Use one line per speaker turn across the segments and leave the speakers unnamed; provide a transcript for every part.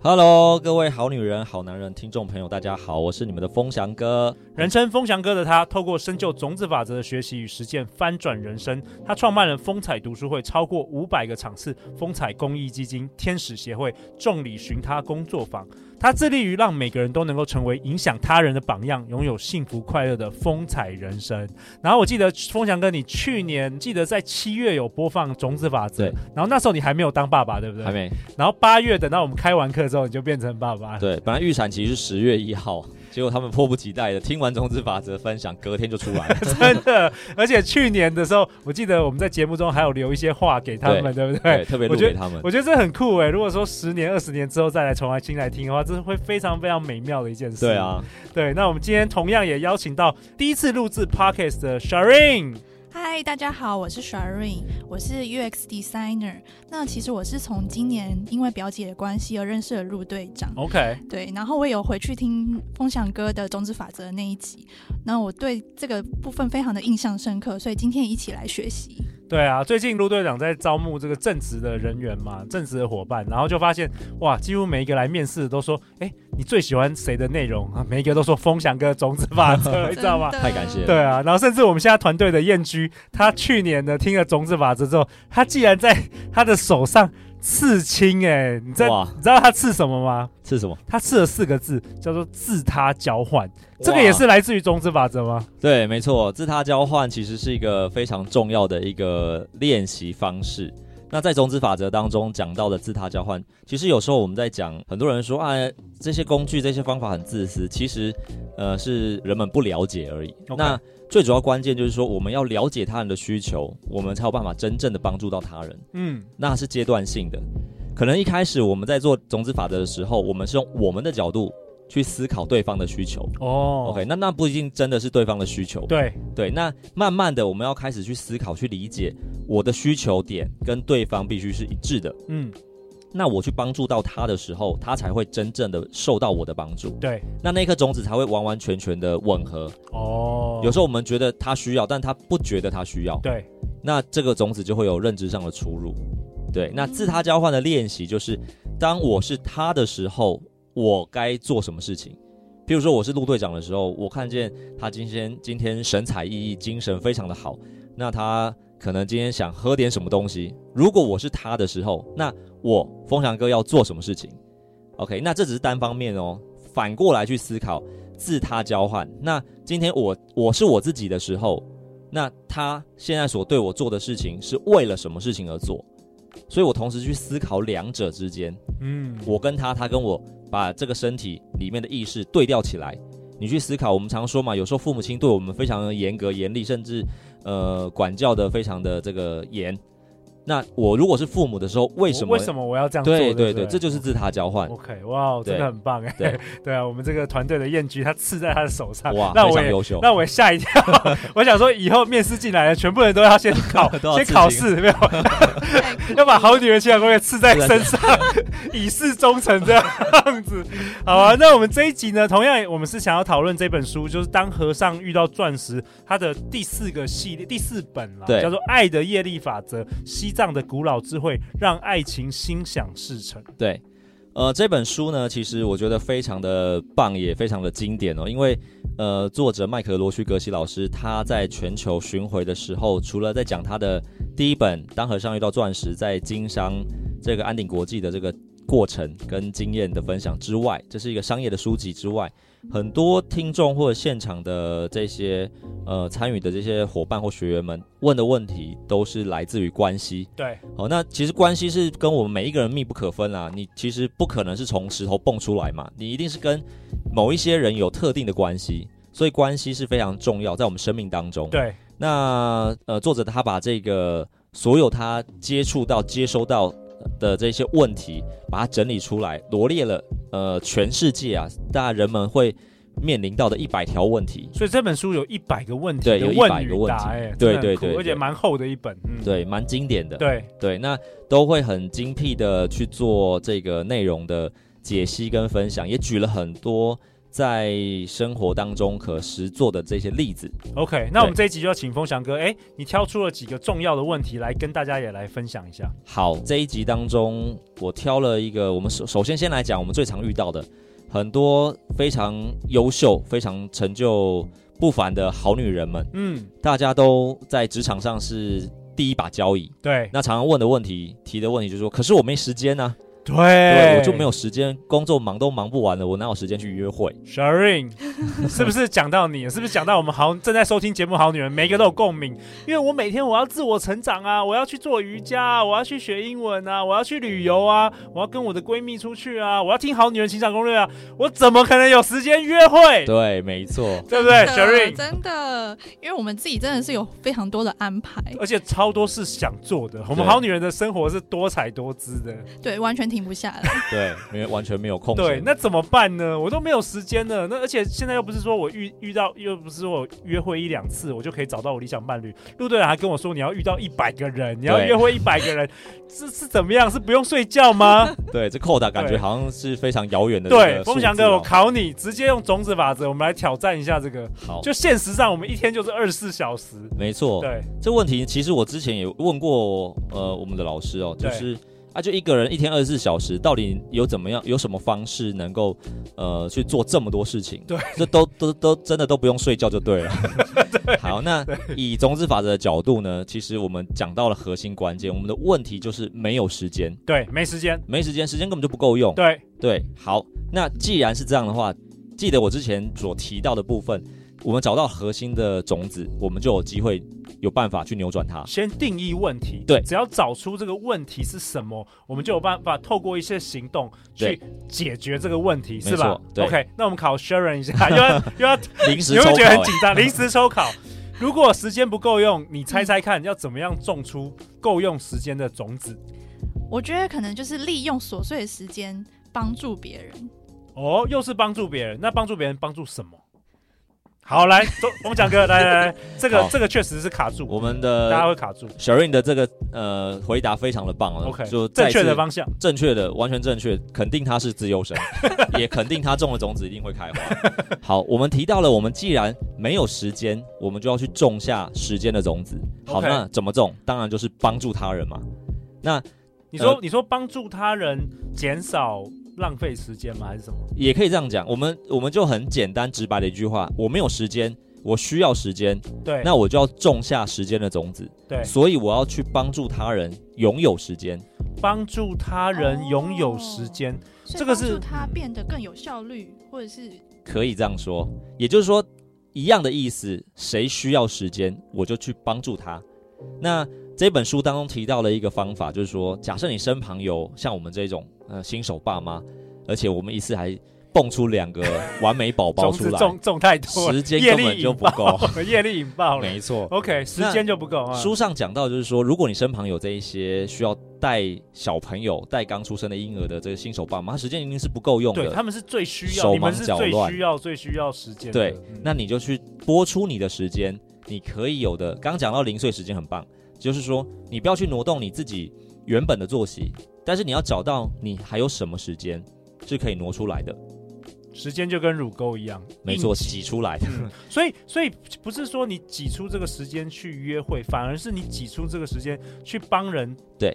Hello，各位好女人、好男人听众朋友，大家好，我是你们的风翔哥。
人称风翔哥的他，透过深究种子法则的学习与实践，翻转人生。他创办了风采读书会，超过五百个场次；风采公益基金、天使协会、众里寻他工作坊。他致力于让每个人都能够成为影响他人的榜样，拥有幸福快乐的风采人生。然后我记得风翔哥，你去年记得在七月有播放种子法则
对，
然后那时候你还没有当爸爸，对不对？
还。没
然后八月等到我们开完课之后，你就变成爸爸了。
对，本来预产期是十月一号，结果他们迫不及待的听完种子法则分享，隔天就出来了。
真的，而且去年的时候，我记得我们在节目中还有留一些话给他们，对不对？
对，特别
我
录
觉得
给他们。
我觉得这很酷哎、如果说十年、二十年之后再来重来新来听的话，这是会非常非常美妙的一件事。
对，啊，
对。那我们今天同样也邀请到第一次录制 podcast 的 Sharin，
嗨，大家好，我是 Sharin，我是 UX designer。那其实我是从今年因为表姐的关系而认识了陆队长。
OK，
对，然后我也有回去听风翔哥的《种子法则》那一集，那我对这个部分非常的印象深刻，所以今天一起来学习。
对啊，最近陆队长在招募这个正职的人员嘛，正职的伙伴，然后就发现哇，几乎每一个来面试的都说，哎，你最喜欢谁的内容啊？每一个都说风翔哥种子法 则，你知道吗？
真的
太感谢了
对啊，然后甚至我们现在团队的燕居，他去年呢听了种子法则之后，他竟然在他的手上刺青、哎，你知道
哇
你知道他刺什么吗？
是什么？
他刺了四个字，叫做自他交换，这个也是
哇
来自于种子法则吗？
对，没错，自他交换其实是一个非常重要的一个练习方式。那在种子法则当中讲到的自他交换，其实有时候我们在讲，很多人说啊，这些工具、这些方法很自私，其实呃是人们不了解而已。
OK
那最主要关键就是说，我们要了解他人的需求，我们才有办法真正的帮助到他人。
嗯，
那是阶段性的。可能一开始我们在做种子法则的时候，我们是用我们的角度去思考对方的需求。
哦
OK，那那不一定真的是对方的需求。
对，
对，那慢慢的我们要开始去思考、去理解我的需求点跟对方必须是一致的。
嗯，
那我去帮助到他的时候，他才会真正的受到我的帮助。
对，
那那颗种子才会完完全全的吻合。
哦，
有时候我们觉得他需要，但他不觉得他需要，
对，
那这个种子就会有认知上的出入。对，那自他交换的练习就是，当我是他的时候，我该做什么事情？比如说我是陆队长的时候，我看见他今天今天神采奕奕，精神非常的好，那他可能今天想喝点什么东西。如果我是他的时候，那我风翔哥要做什么事情？OK，那这只是单方面哦，反过来去思考自他交换。那今天我我是我自己的时候，那他现在所对我做的事情是为了什么事情而做？所以我同时去思考两者之间，
嗯，
我跟他，他跟我，把这个身体里面的意识对调起来。你去思考，我们常说嘛，有时候父母亲对我们非常的严格、严厉，甚至呃管教的非常的这个严。那我如果是父母的时候，为什么？
为什么我要这样做？
对
对
对对，这就是自他交换。
OK，哇，真的
对
很棒哎、
对
对啊，我们这个团队的燕居，他刺在他的手上，
哇，
那
非
我
常
也
优秀。
让我吓 一跳。我想说，以后面试进来的全部人都要先考
都，要
先
刺青
考试，没有要把好女人情感攻略刺在身上，以示忠诚这样子。好啊，那我们这一集呢，同样我们是想要讨论这本书，就是《当和尚遇到钻石》它的第四个系列第四本啦，
对
叫做《爱的业力法则：西藏的古老智慧，让爱情心想事成》。
对，呃，这本书呢，其实我觉得非常的棒，也非常的经典哦。因为呃，作者麦克罗须格西老师他在全球巡回的时候，除了在讲他的第一本《当和尚遇到钻石》在经商这个安鼎国际的这个过程跟经验的分享之外，这是一个商业的书籍之外，很多听众或者现场的这些呃参与的这些伙伴或学员们问的问题，都是来自于关系。
对，
好，哦那其实关系是跟我们每一个人密不可分啊啦。你其实不可能是从石头蹦出来嘛，你一定是跟某一些人有特定的关系，所以关系是非常重要，在我们生命当中。，
对，
那呃，作者他把这个所有他接触到、接收到的这些问题，把它整理出来，罗列了呃全世界啊，大家人们会面临到的一百条问题。
所以这本书有一百个问题
对
的
有
问
100
与
个问
答，
题
哎，
对
真的很
对
酷
对
而且
对
蛮厚的一本，嗯，
对，蛮经典的。
对，
对，那都会很精辟的去做这个内容的解析跟分享，也举了很多在生活当中可实做的这些例子。
OK，那我们这一集就要请风翔哥，哎、你挑出了几个重要的问题来跟大家也来分享一下。
好，这一集当中，我挑了一个，我们首首先先来讲我们最常遇到的很多非常优秀、非常成就不凡的好女人们，
嗯，
大家都在职场上是第一把交椅。
对
那常常问的问题、提的问题就是说，可是我没时间啊，
对，
对，
哎
我就没有时间，工作忙都忙不完了，我哪有时间去约会？
Sharing，是不是讲到你？是不是讲到我们好正在收听节目《好女人》，每一个都有共鸣？因为我每天我要自我成长啊，我要去做瑜伽、啊，我要去学英文啊，我要去旅游啊，我要跟我的闺蜜出去啊，我要听《好女人情场攻略》啊，我怎么可能有时间约会？
对，没错，
对不对
真的
，Sharing？
真的，因为我们自己真的是有非常多的安排，
而且超多是想做的，我们
对
好女人的生活是多彩多姿的。
对，完全停不下来。
对，没有完全没有空闲。
对，那怎么办呢？我都没有时间了。那而且现在又不是说我遇遇到，又不是说我约会一两次，我就可以找到我理想伴侣。陆队长还跟我说，你要遇到一百个人，你要
对
约会一百个人，这是怎么样？是不用睡 觉吗？
对这扣打感觉
对
好像是非常遥远的一个数字
对
哦。，
风翔哥，我考你，直接用种子法则，我们来挑战一下这个。
好，哦
就现实上，我们一天就是二十四小时。
没错。
对，
这问题其实我之前也问过呃我们的老师哦，就
对
是啊，就一个人一天二十四小时，到底有怎么样，有什么方式能够呃去做这么多事情？
对，
这都都都真的都不用睡觉就对 了。好，那以种子法则的角度呢，其实我们讲到了核心关键，我们的问题就是没有时间，
对，没时间。
没时间，时间根本就不够用。
对，
对，好，那既然是这样的话，记得我之前所提到的部分，我们找到核心的种子，我们就有机会有办法去扭转 它。
先定义问题，
对
只要找出这个问题是什么，我们就有办法透过一些行动去
对
解决这个问题，
没
是吧
错对
？OK，那我们考 Sharon 一下，又要 又要，
临
你
时
会
抽考、
不会觉得很
欸
紧，张，临时抽考。如果时间不够用，你猜猜看，要怎么样种出够用时间的种子？
我觉得可能就是利用琐碎的时间帮助别人，
哦，又是帮助别人，那帮助别人帮助什么？好，来，走我们讲哥，来来来，这个
好
这个确实是卡住，
我们
大家
的
会卡住。
小 h 的这个呃回答非常的棒哦
OK，
就
正
再
确
次
的方向。
正确的，完全正确，肯定他是自 由神，也肯定他种的种子一定会开花。好，我们提到了，我们既然没有时间，我们就要去种下时间的种子。好
OK
那怎么种？当然就是帮助他人嘛。那
你说、
呃
你说帮助他人减少浪费时间吗？还是什么？
也可以这样讲，我们我们就很简单直白的一句话：我没有时间，我需要时间，
对，
那我就要种下时间的种子。
对
所以我要去帮助他人拥有时间。
帮助他人拥有时间，
所以
这个是
帮助他变得更有效率，或者是
可以这样说，也就是说，一样的意思，谁需要时间，我就去帮助他。那这本书当中提到了一个方法，就是说，假设你身旁有像我们这种呃新手爸妈，而且我们一次还蹦出两个完美宝宝
种
哦出
子
来，
种种太多了，
时间
业
根
力
本就
引
不 够
爆。了，业力引爆了。
没错，
OK，时间就不够啊。
书上讲到就是说，如果你身旁有这一些需要带小朋友、带刚出生的婴儿的这个新手爸妈，时间一定是不够用
对
的。
他们是最需要，
手忙
你们是最
脚乱
需要最需要时间的。
对
嗯，
那你就去播出你的时间，你可以有的。刚讲到零碎时间很棒，就是说你不要去挪动你自己原本的作息，但是你要找到你还有什么时间是可以挪出来的，
时间就跟乳沟一样，
没
硬
错，
挤
挤出来的。
所以，所以不是说你挤出这个时间去约会，反而是你挤出这个时间去帮人，
对，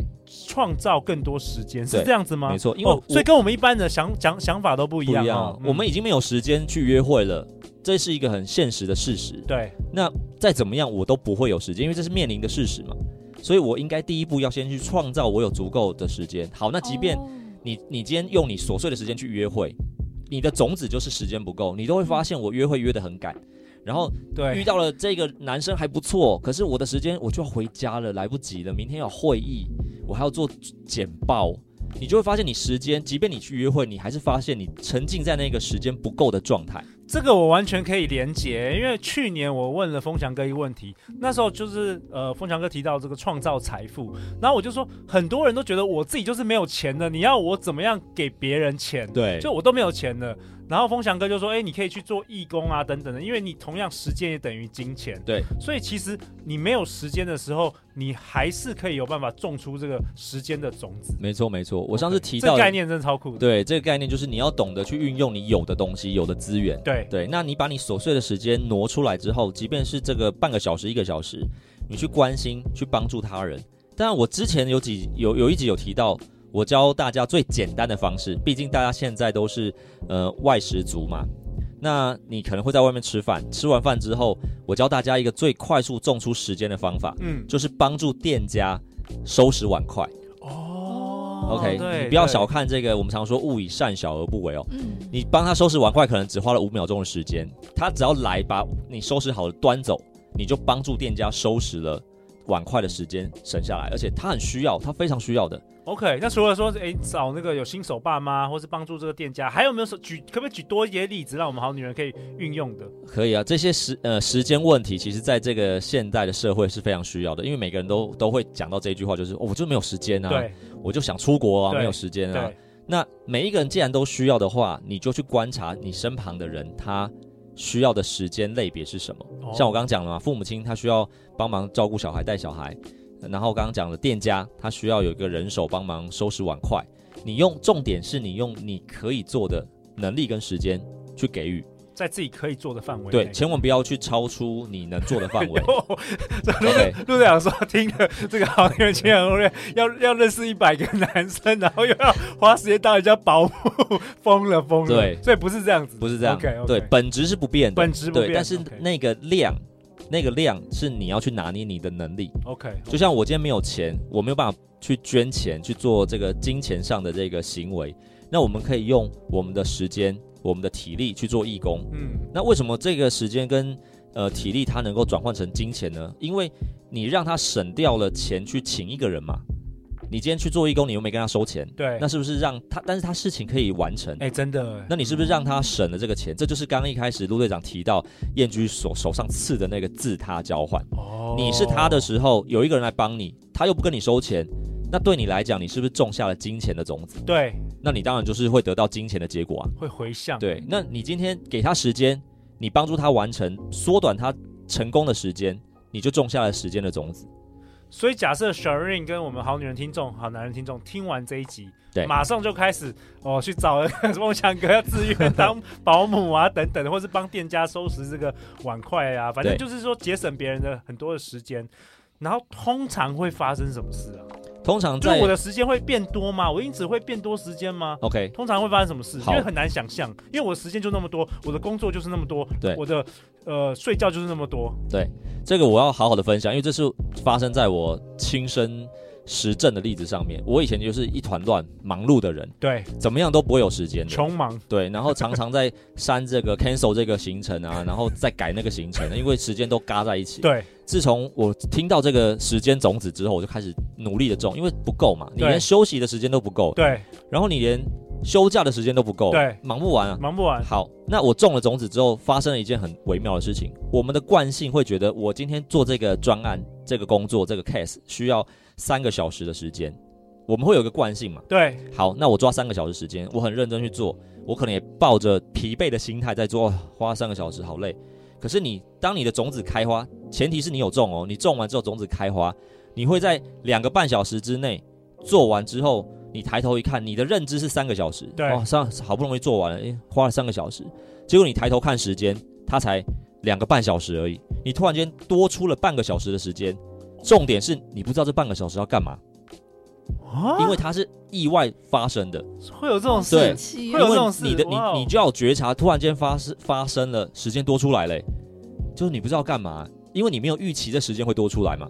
创造更多时间，是
对
这样子吗？
没错因为
哦
我
所以跟我们一般的想想想法都不一
不
样
一
哦
样，，我们已经没有时间去约会了，这是一个很现实的事实。
对
那再怎么样，我都不会有时间，因为这是面临的事实嘛。所以我应该第一步要先去创造我有足够的时间。好，那即便
哦
你你今天用你琐碎的时间去约会，你的种子就是时间不够，你都会发现我约会约得很赶，然后遇
对
到了这个男生还不错，可是我的时间我就要回家了，来不及了，明天要会议，我还要做简报。你就会发现，你时间，即便你去约会，你还是发现你沉浸在那个时间不够的状态。
这个我完全可以连结，因为去年我问了风翔哥一个问题，那时候就是呃，风翔哥提到这个创造财富，然后我就说，很多人都觉得我自己就是没有钱的，你要我怎么样给别人钱？
对
就我都没有钱了。然后风翔哥就说，哎，你可以去做义工啊，等等的，因为你同样时间也等于金钱。
对，
所以其实你没有时间的时候，你还是可以有办法种出这个时间的种子。
没错没错，我上次提
这
到
概念真的超酷的。
对这个概念就是你要懂得去运用你有的东西、有的资源。
对
对，那你把你琐碎的时间挪出来之后，即便是这个半个小时、一个小时，你去关心、去帮助他人。当然，我之前有几有有一集有提到，我教大家最简单的方式，毕竟大家现在都是呃外食族嘛。那你可能会在外面吃饭，吃完饭之后，我教大家一个最快速种出时间的方法，
嗯，
就是帮助店家收拾碗筷。
哦
OK，、
对
你不要
对
小看这个，我们常说勿以善小而不为哦。
嗯，
你帮他收拾碗筷，可能只花了五秒钟的时间，他只要来把你收拾好的端走，你就帮助店家收拾了碗筷的时间省下来，而且他很需要，他非常需要的。
OK，那除了说，哎，找那个有新手爸妈，或是帮助这个店家，还有没有说举，可不可以举多一些例子，让我们好女人可以运用的？
可以啊，这些时呃时间问题，其实在这个现代的社会是非常需要的，因为每个人都都会讲到这一句话，就是、哦、我就没有时间啊，
对
我就想出国啊，
对
没有时间啊
对。，
那每一个人既然都需要的话，你就去观察你身旁的人，他需要的时间类别是什么。
哦
像我刚刚讲了嘛，父母亲他需要帮忙照顾小孩、带小孩，然后刚刚讲的店家他需要有一个人手帮忙收拾碗筷。你用重点是你用你可以做的能力跟时间去给予，
在自己可以做的范围内。。
对，千万不要去超出你能做的范围
哦，
OK，
陆队长说，听了这个好女人情感攻略，要要认识一百个男生，然后又要花时间当人家保姆，疯了疯了。
对
所以不是这样子，
不是这样
OK，OK
对，本质是不变的，
本质不变
对，但是
OK
那个量，那个量是你要去拿捏你的能力。
OK，
就像我今天没有钱，我没有办法去捐钱去做这个金钱上的这个行为，那我们可以用我们的时间、我们的体力去做义工。
嗯，
那为什么这个时间跟呃体力它能够转换成金钱呢？因为你让他省掉了钱去请一个人嘛。你今天去做义工，你又没跟他收钱，
对。
那是不是让他？但是他事情可以完成。
哎，真的，
那你是不是让他省了这个钱？这就是刚刚一开始陆队长提到燕居手手上刺的那个自他交换。
哦
你是他的时候，有一个人来帮你，他又不跟你收钱，那对你来讲，你是不是种下了金钱的种子？
对，
那你当然就是会得到金钱的结果啊。
会回向，
对，那你今天给他时间，你帮助他完成，缩短他成功的时间，你就种下了时间的种子。
所以假设 Sharon 跟我们好女人听众、好男人听众听完这一集，
对
马上就开始哦去找梦想哥要自愿当保姆啊，等等，或是帮店家收拾这个碗筷啊，反正
对
就是说节省别人的很多的时间。然后通常会发生什么事啊？
通常
就是
在
我的时间会变多吗？我因此会变多时间吗？
OK，
通常会发生什么事？因
好
为很难想象，因为我的时间就那么多，我的工作就是那么多，
对
我的呃睡觉就是那么多。
这个我要好好的分享，因为这是发生在我亲身实证的例子上面。我以前就是一团乱、忙碌的人，
对，
怎么样都不会有时间的。
穷忙，
对，然后常常在删这个 cancel 这个行程啊，然后再改那个行程，因为时间都嘎在一起。，
对
自从我听到这个时间种子之后，我就开始努力的种，因为不够嘛，你
对
连休息的时间都不够，
对，
然后你连休假的时间都不够，
对，
忙不完啊。
忙不完。
好，那我种了种子之后，发生了一件很微妙的事情。我们的惯性会觉得，我今天做这个专案、这个工作、这个 case 需要三个小时的时间，我们会有一个惯性嘛？
对，
好，那我抓三个小时时间，我很认真去做，我可能也抱着疲惫的心态在做，哦花三个小时好累。可是你当你的种子开花，前提是你有种哦，你种完之后种子开花，你会在两个半小时之内做完之后，你抬头一看，你的认知是三个小时，
对
哦，上好不容易做完了，诶花了三个小时，结果你抬头看时间，它才两个半小时而已，你突然间多出了半个小时的时间，重点是你不知道这半个小时要干嘛，
啊
因为它是意外发生的。
会有这种
对
事
神，奇
会
哦
因
有这
为
种事
你的
哇哦
你你就要觉察，突然间发生发生了，时间多出来嘞、就是你不知道干嘛，因为你没有预期这时间会多出来嘛。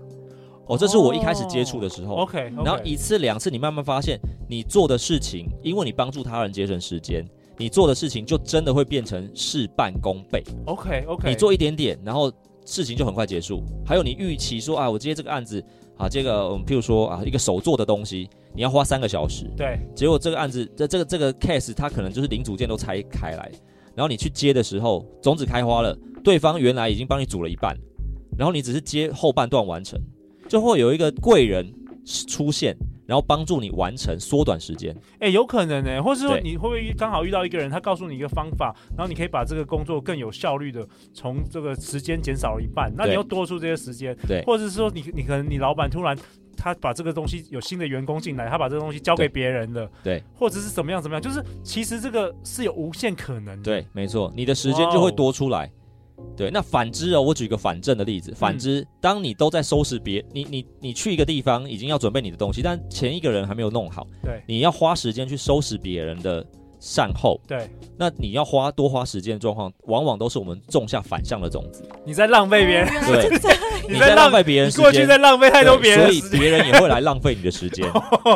哦，这是我一开始接触的时候，
OK，
然后一次两次，你慢慢发现你做的事情，因为你帮助他人节省时间，你做的事情就真的会变成事半功倍。
OK OK，
你做一点点，然后事情就很快结束。还有你预期说啊，我接这个案子啊，这个嗯，譬如说啊，一个手做的东西，你要花三个小时，
对
结果这个案子，这这个这个 case，它可能就是零组件都拆开来，然后你去接的时候，种子开花了，对方原来已经帮你煮了一半，然后你只是接后半段完成，就会有一个贵人出现，然后帮助你完成，缩短时 间。
哎、有可能呢、或是说
对
你会不会刚好遇到一个人，他告诉你一个方法，然后你可以把这个工作更有效率的从这个时间减少了一半，那你
对
又多出这些时间，
对
或者是说你你可能你老板突然。他把这个东西有新的员工进来，他把这个东西交给
对
别人了，
对，
或者是怎么样怎么样，就是其实这个是有无限可能的。
对，没错，你的时间就
哇
会
哦
多出来。对，那反之哦，我举一个反正的例子，反之，当你都在收拾别你你你去一个地方已经要准备你的东西，但前一个人还没有弄好，
对
你要花时间去收拾别人的善后，
对，
那你要花多花时间的状况，往往都是我们种下反向的种子，
你在浪费别人，
哦原来 是这样
你
在
在浪
浪
费别人
你
时
过去
间，
在浪费太多别人的
对
时
所
间
以别人也会来浪费你的时 间，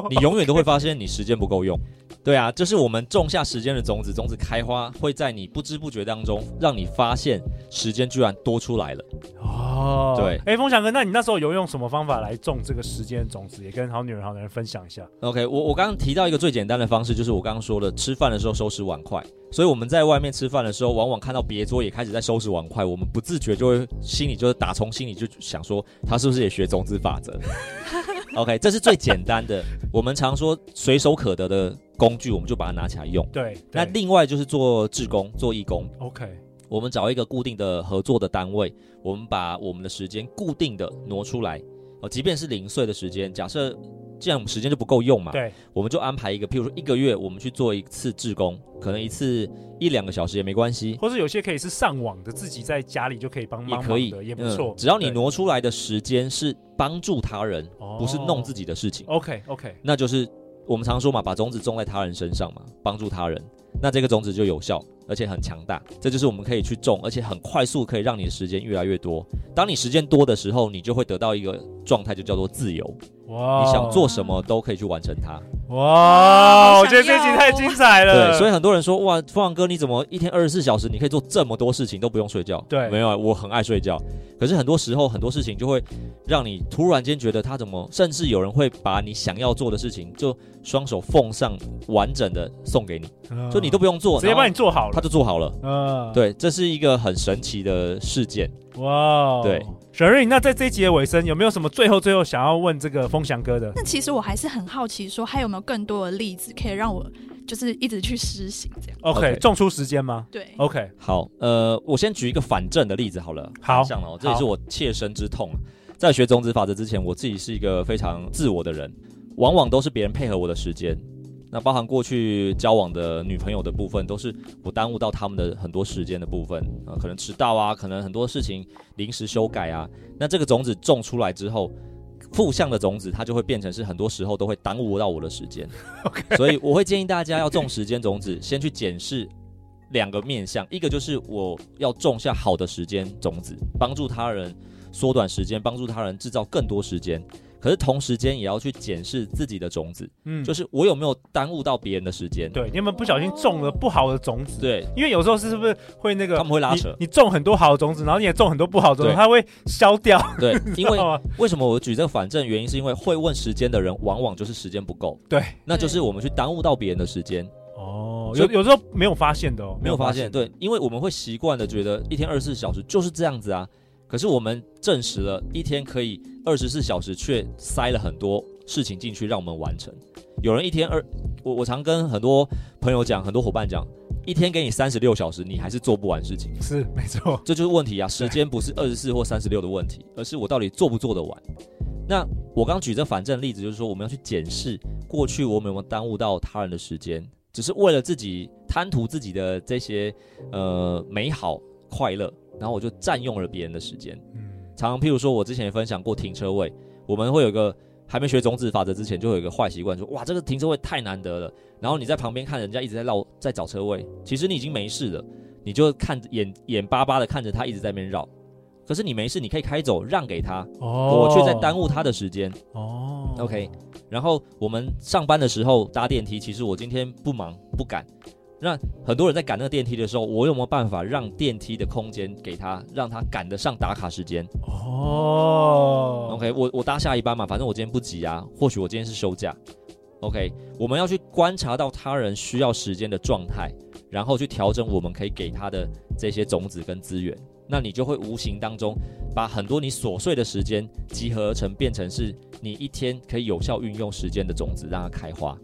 你永远都会发现你时间不够用。对啊，这是我们种下时间的种子，种子开花会在你不知不觉当中让你发现时间居然多出来了。
哦，
对
哎、风翔哥，那你那时候有用什么方法来种这个时间的种子，也跟好女人、好男人分享一下？
OK，我我刚刚提到一个最简单的方式，就是我刚刚说的，吃饭的时候收拾碗筷。所以我们在外面吃饭的时候，往往看到别桌也开始在收拾碗筷，我们不自觉就会心里就是打从心里就想说，他是不是也学种子法则 ？OK，这是最简单的，我们常说随手可得的工具，我们就把它拿起来用。
对，
那
对
另外就是做志工、做义工，
OK，
我们找一个固定的合作的单位，我们把我们的时间固定的挪出来，哦，即便是零碎的时间，假设既然我们时间就不够用嘛，
对，
我们就安排一个，譬如说一个月我们去做一次志工，可能一次一两个小时也没关系，
或是有些可以是上网的，自己在家里就可以帮
也
忙
可以嗯
的，，也不错、
只要你
对，
挪出来的时间是帮助他人，
哦
不是弄自己的事情，
OK OK，
那就是我们常说嘛，把种子种在他人身上嘛，帮助他人，那这个种子就有效，而且很强大。这就是我们可以去种，而且很快速，可以让你的时间越来越多。当你时间多的时候，你就会得到一个状态，就叫做自由。
哇
你想做什
哦
么都可以去完成它。
哇，
好
我觉得这
想
集
要
太
哦
精彩了。
对，所以很多人说，哇，凤凰哥，你怎么一天二十四小时，你可以做这么多事情都不用睡觉？
对
没有，啊，我很爱睡觉。可是很多时候，很多事情就会让你突然间觉得他怎么，甚至有人会把你想要做的事情，就双手奉上，完整的送给你，
嗯
就你都不用做，
直接帮你
你，
做好
他
了。
就做好了。
嗯，
对，这是一个很神奇的事件。
哇哦，
对
沈瑞，那在这一集的尾声，有没有什么最后最后想要问这个风翔哥的？
那其实我还是很好奇，说还有没有更多的例子可以让我就是一直去施行这样？
OK，,
OK
种出时间吗
对，
？OK，
好，呃，我先举一个反证的例子好了。
好
想了哦，这也是我切身之痛。在学种子法则之前，我自己是一个非常自我的人，往往都是别人配合我的时间。那包含过去交往的女朋友的部分，都是我耽误到他们的很多时间的部分啊、可能迟到啊，可能很多事情临时修改啊。那这个种子种出来之后，负向的种子它就会变成是很多时候都会耽误到我的时间。 所以我会建议大家要种时间种子，先去检视两个面向，一个就是我要种下好的时间种子，帮助他人缩短时间，帮助他人制造更多时间。可是同时间也要去检视自己的种子，
嗯，
就是我有没有耽误到别人的时间？
对，你有没有不小心种了不好的种子？
对
因为有时候是是不是会那个
他们会拉扯
啊你，你种很多好的种子，然后你也种很多不好的种子，
对
它会消掉， 哦
对，因
知
为
道吗？
为什么我举这个反证？原因是因为会问时间的人，往往就是时间不够，
对，
那就是我们去耽误到别人的时间，
哦，
所
有
以
有时候没有发现的哦，
没有发现。嗯对，因为我们会习惯的觉得一天二十四小时就是这样子啊，可是我们证实了一天可以二十四小时，却塞了很多事情进去让我们完成。有人一天二，我我常跟很多朋友讲，很多伙伴讲，一天给你三十六小时，你还是做不完事情。
是没错，
这就是问题啊！时间不是二十四或三十六的问题，而是我到底做不做得完。那我刚举这反证例子，就是说我们要去检视过去我们有没有耽误到他人的时间，只是为了自己贪图自己的这些呃美好快乐，然后我就占用了别人的时间。
嗯，
常常譬如说，我之前也分享过停车位，我们会有一个还没学种子法则之前，就会有一个坏习惯，说哇这个停车位太难得了。然后你在旁边看人家一直在绕在找车位，其实你已经没事了，你就看眼眼巴巴的看着他一直在那边绕。可是你没事，你可以开走让给他，
哦
我却在耽误他的时间。
哦
OK，然后我们上班的时候搭电梯，其实我今天不忙不赶。那很多人在赶那个电梯的时候，我有没有办法让电梯的空间给他，让他赶得上打卡时间？
哦
OK，我我搭下一班嘛，反正我今天不急啊，或许我今天是休假。OK，我们要去观察到他人需要时间的状态，然后去调整我们可以给他的这些种子跟资源。那你就会无形当中把很多你琐碎的时间集合成，变成是你一天可以有效运用时间的种子，让它开花。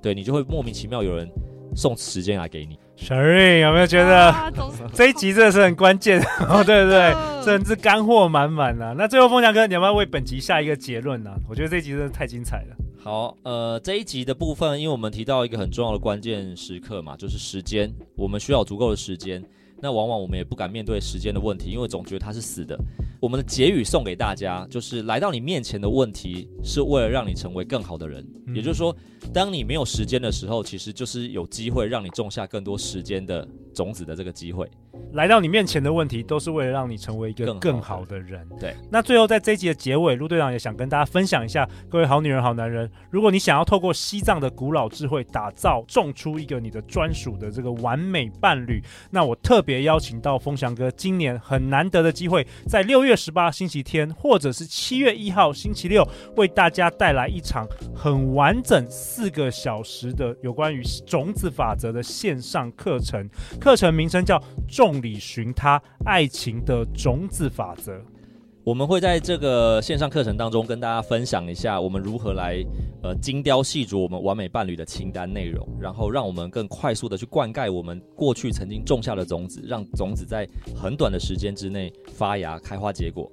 对你就会莫名其妙有人送时间来给你。
小瑞有没有觉得
啊总是
这一集真的是很关键？ 哦，对不对？
真
真是干货满满啊！那最后凤翔哥，你要不要为本集下一个结论呢、我觉得这一集真的太精彩了。
好，呃，这一集的部分，因为我们提到一个很重要的关键时刻嘛，就是时间，我们需要有足够的时间。那往往我们也不敢面对时间的问题，因为总觉得它是死的。我们的结语送给大家，就是来到你面前的问题，是为了让你成为更好的人。
嗯
也就是说，当你没有时间的时候，其实就是有机会让你种下更多时间的种子的这个机会。
来到你面前的问题，都是为了让你成为一个更
更
好
好
的人。
对，
那最后在这一集的结尾，陆队长也想跟大家分享一下，各位好女人、好男人，如果你想要透过西藏的古老智慧，打造、种出一个你的专属的这个完美伴侣，那我特别邀请到风翔哥，今年很难得的机会，在六月十八星期天，或者是七月一号星期六，为大家带来一场很完整四个小时的有关于种子法则的线上课程，课程名称叫《众里寻他：爱情的种子法则》。
我们会在这个线上课程当中跟大家分享一下我们如何来呃精雕细琢我们完美伴侣的清单内容，然后让我们更快速的去灌溉我们过去曾经种下的种子，让种子在很短的时间之内发芽开花结果。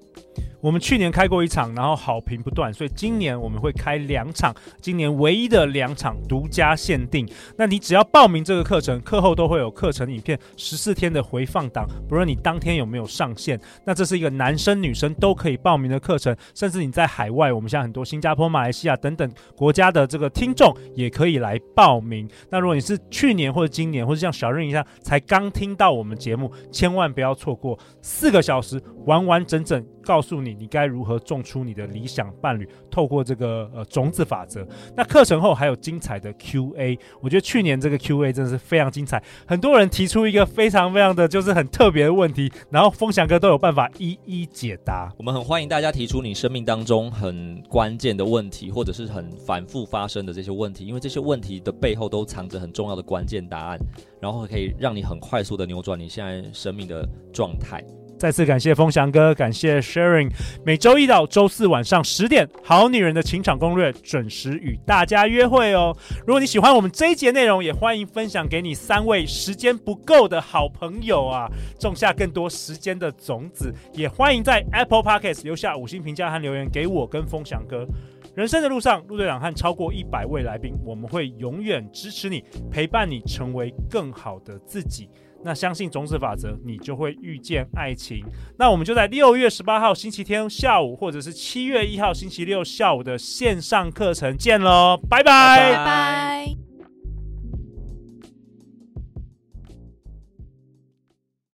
我们去年开过一场，然后好评不断，所以今年我们会开两场，今年唯一的两场独家限定。那你只要报名这个课程，课后都会有课程影片十四天的回放档，不论你当天有没有上线。那这是一个男生女生都可以报名的课程，甚至你在海外，我们像很多新加坡、马来西亚等等国家的这个听众也可以来报名。那如果你是去年或者今年，或者像小润一样才刚听到我们节目，千万不要错过。四个小时，完完整整告诉你你该如何种出你的理想伴侣，透过这个呃种子法则。那课程后还有精彩的 Q&A，我觉得去年这个 Q&A 真的是非常精彩，很多人提出一个非常非常的就是很特别的问题，然后风翔哥都有办法一一解答。
我们很欢迎大家提出你生命当中很关键的问题，或者是很反复发生的这些问题，因为这些问题的背后都藏着很重要的关键答案，然后可以让你很快速的扭转你现在生命的状态。
再次感谢风翔哥，感谢 Sharing。每周一到周四晚上十点，《好女人的情场攻略》准时与大家约会哦。如果你喜欢我们这一节内容，也欢迎分享给你三位时间不够的好朋友啊，种下更多时间的种子。也欢迎在 Apple Podcast 留下五星评价和留言给我跟风翔哥。人生的路上，陆队长和超过一百位来宾，我们会永远支持你，陪伴你成为更好的自己。那相信种子法则，你就会遇见爱情。那我们就在六月十八号星期天下午，或者是七月一号星期六下午的线上课程见喽，拜拜
拜
拜。